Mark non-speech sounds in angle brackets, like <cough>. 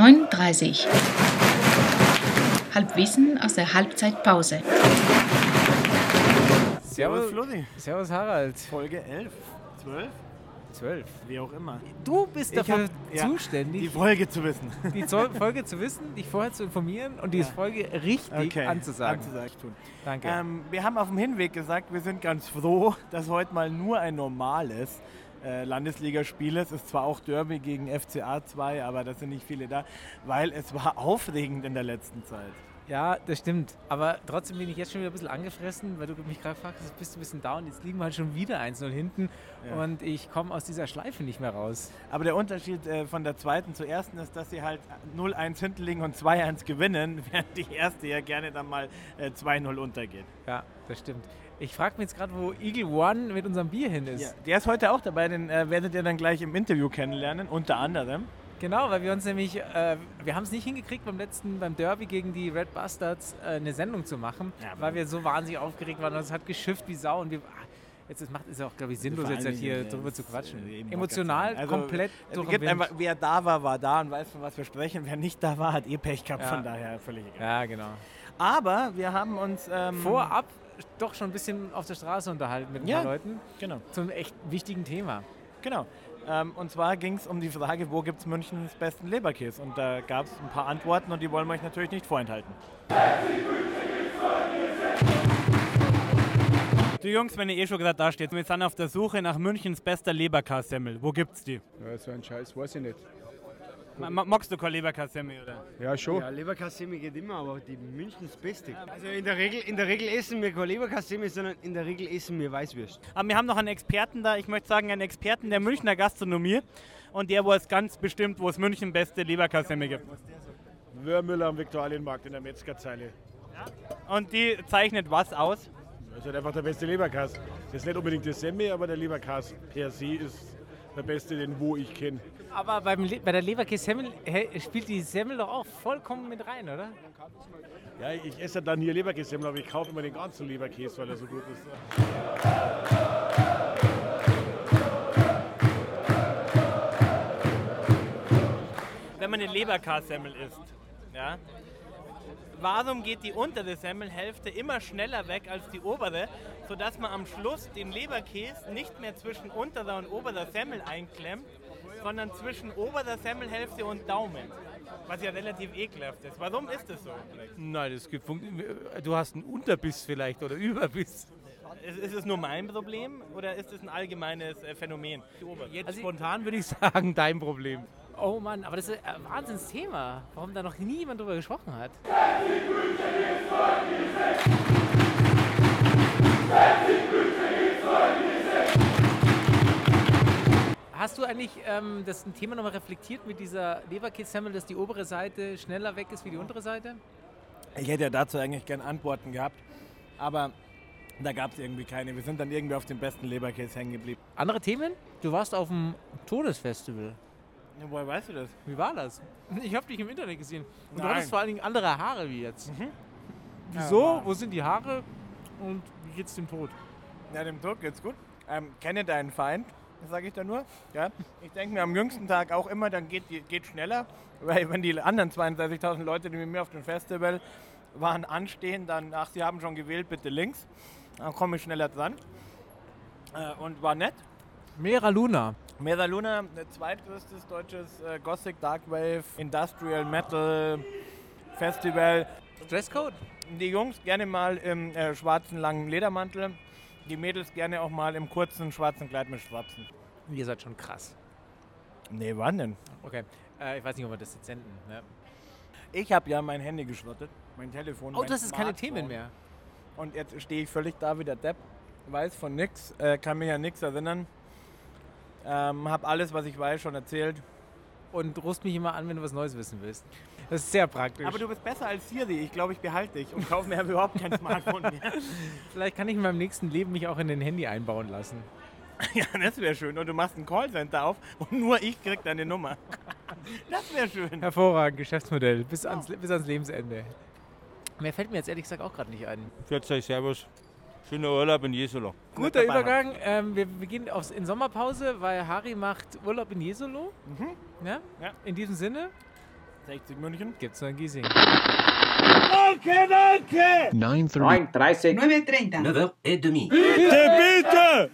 32. Halbwissen aus der Halbzeitpause. Servus Flori. Servus Harald. Folge 11, 12, 12. wie auch immer. Du bist Ich dafür hab- ja, Die zuständig, Folge zu wissen. die, Zo- Folge zu wissen, dich vorher zu informieren und die Ja. Folge richtig <laughs> anzusagen. tun. Danke. Ähm, wir haben auf dem Hinweg gesagt, wir sind ganz froh, dass heute mal nur ein normales äh, Landesligaspiel ist. Ist zwar auch Derby gegen FCA 2, aber da sind nicht viele da, weil es war <laughs> aufregend in der letzten Zeit. Ja, das stimmt. Aber trotzdem bin ich jetzt schon wieder ein bisschen angefressen, weil du mich gerade fragst, bist du ein bisschen down? Jetzt liegen wir halt schon wieder 1-0 hinten Ja. und ich komme aus dieser Schleife nicht mehr raus. Aber der Unterschied äh, von der zweiten zur ersten ist, dass sie halt 0-1 hinten liegen und 2-1 gewinnen, <laughs> während die erste ja gerne dann mal äh, 2-0 untergeht. Ja, das stimmt. Ich frage mich jetzt gerade, wo Eagle One mit unserem Bier hin ist. Ja, der ist heute auch dabei, den äh, werdet ihr dann gleich im Interview kennenlernen, unter anderem. Genau, weil wir uns nämlich, äh, wir haben es nicht hingekriegt beim letzten, beim Derby gegen die Red Bastards äh, eine Sendung zu machen, Ja, aber- weil wir so wahnsinnig aufgeregt waren und es hat geschifft wie Sau und wir, ah, jetzt es macht ist ja auch glaube ich sinnlos Vor jetzt allen halt hier Dingen, äh, drüber das, zu quatschen. äh, eben Emotional wollte ich grad sagen. komplett Also, durch es den gibt Wind. einfach, wer da war, war da und weiß, von was wir sprechen. Wer nicht da war, hat eh Pech gehabt, Ja. von daher völlig egal. Ja, genau. Aber wir haben uns... Ähm, Vorab doch schon ein bisschen auf der Straße unterhalten mit ein Ja. paar Leuten Genau, zum echt wichtigen Thema. genau. Ähm, und zwar ging es um die Frage, wo gibt es Münchens besten Leberkäse? Und da gab es ein paar Antworten und die wollen wir euch natürlich nicht vorenthalten. Du Jungs, wenn ihr eh schon gerade da steht, wir sind auf der Suche nach Münchens bester Leberkassemmel. Wo gibt's die? Ja, so ein Scheiß weiß ich nicht. Ma- ma- Magst du keine Leberkassemmel, oder? Ja, schon. Ja, Leberkassemi geht immer, aber die Münchens Beste. Also in der Regel, in der Regel essen wir keine Leberkassemi, sondern in der Regel essen wir Weißwürst. Aber wir haben noch einen Experten da, ich möchte sagen, einen Experten der Münchner Gastronomie. Und der weiß ganz bestimmt, wo es München beste Leberkassemmel gibt. Würmüller am Viktualienmarkt in der Metzgerzeile. Und die zeichnet was aus? Das ist halt einfach der beste Leberkass. Das ist nicht unbedingt das Semmel, aber der Leberkass per se ist der beste, den wo ich kenne. Aber beim Le bei der Leberkäse-Semmel hä, spielt die Semmel doch auch vollkommen mit rein, oder? Ja, ich esse halt dann hier Leberkäse, aber ich kaufe immer den ganzen Leberkäse, weil er so gut ist. Wenn man eine Leberkassemmel isst, ja? Warum geht die untere Semmelhälfte immer schneller weg als die obere, sodass man am Schluss den Leberkäse nicht mehr zwischen unterer und oberer Semmel einklemmt, sondern zwischen oberer Semmelhälfte und Daumen? Was ja relativ ekelhaft ist. Warum ist das so? Nein, das gibt Funk du hast einen Unterbiss vielleicht oder Überbiss. Ist, ist es nur mein Problem oder ist es ein allgemeines äh, Phänomen? Die obere. Jetzt Also ich- spontan würde ich sagen, dein Problem. Oh Mann, aber das ist ein Wahnsinnsthema, warum da noch niemand drüber gesprochen hat. Hast du eigentlich ähm, das Thema nochmal reflektiert mit dieser Leberkäse-Semmel, dass die obere Seite schneller weg ist wie die untere Seite? Ich hätte ja dazu eigentlich gern Antworten gehabt, aber da gab es irgendwie keine. Wir sind dann irgendwie auf dem besten Leberkäse hängen geblieben. Andere Themen? Du warst auf dem Todesfestival. Woher weißt du das? Wie war das? Ich habe dich im Internet gesehen. Und du Nein. hattest vor allen Dingen andere Haare wie jetzt. Wieso? Wo sind die Haare? Und wie geht's dem Tod? Ja, dem Druck geht's gut. Ähm, kenne deinen Feind, sage ich da nur. Ja? Ich denke mir am jüngsten Tag auch immer, dann geht, die- geht schneller. Weil wenn die anderen 32.000 Leute, die mit mir auf dem Festival waren, anstehen, dann, ach, sie haben schon gewählt, bitte links. Dann komme ich schneller dran. Äh, und war nett. Mera Luna. Mesa Luna, äh, zweitgrößtes deutsches äh, Gothic Darkwave Industrial Metal Festival. Dresscode? Die Jungs gerne mal im äh, schwarzen langen Ledermantel, die Mädels gerne auch mal im kurzen schwarzen Kleid mit Schwapsen. Ihr seid schon krass. Nee, wann denn? Okay. Äh, ich weiß nicht, ob wir das jetzt senden. Ne? Ich habe ja mein Handy geschrottet, mein Telefon. Oh, mein das ist keine Smartphone. Themen mehr. Und jetzt stehe ich völlig da wie der Depp, weiß von nix, äh, kann mich an nichts erinnern. Ähm, hab alles, was ich weiß, schon erzählt. Und rufst mich immer an, wenn du was Neues wissen willst. Das ist sehr praktisch. Aber du bist besser als Siri. Ich glaube, ich behalte dich und kaufe mir <laughs> überhaupt kein Smartphone mehr. Vielleicht kann ich in meinem nächsten Leben mich auch in den Handy einbauen lassen. Ja, <laughs> das wäre schön. Und du machst ein Callcenter auf und nur ich krieg deine Nummer. <laughs> Das wäre schön. Hervorragend, Geschäftsmodell. Bis ans, bis ans Lebensende. Mehr fällt mir jetzt ehrlich gesagt auch gerade nicht ein. Grüß euch, Servus. Schöner Urlaub in Jesolo. Guter dabei Übergang. Ähm, wir, wir gehen aufs, in Sommerpause, weil Harry macht Urlaub in Jesolo. Mhm. Ja? Ja. In diesem Sinne, 60 München. Gibt's noch in Giesing. 9.30 9.30. Bitte, bitte!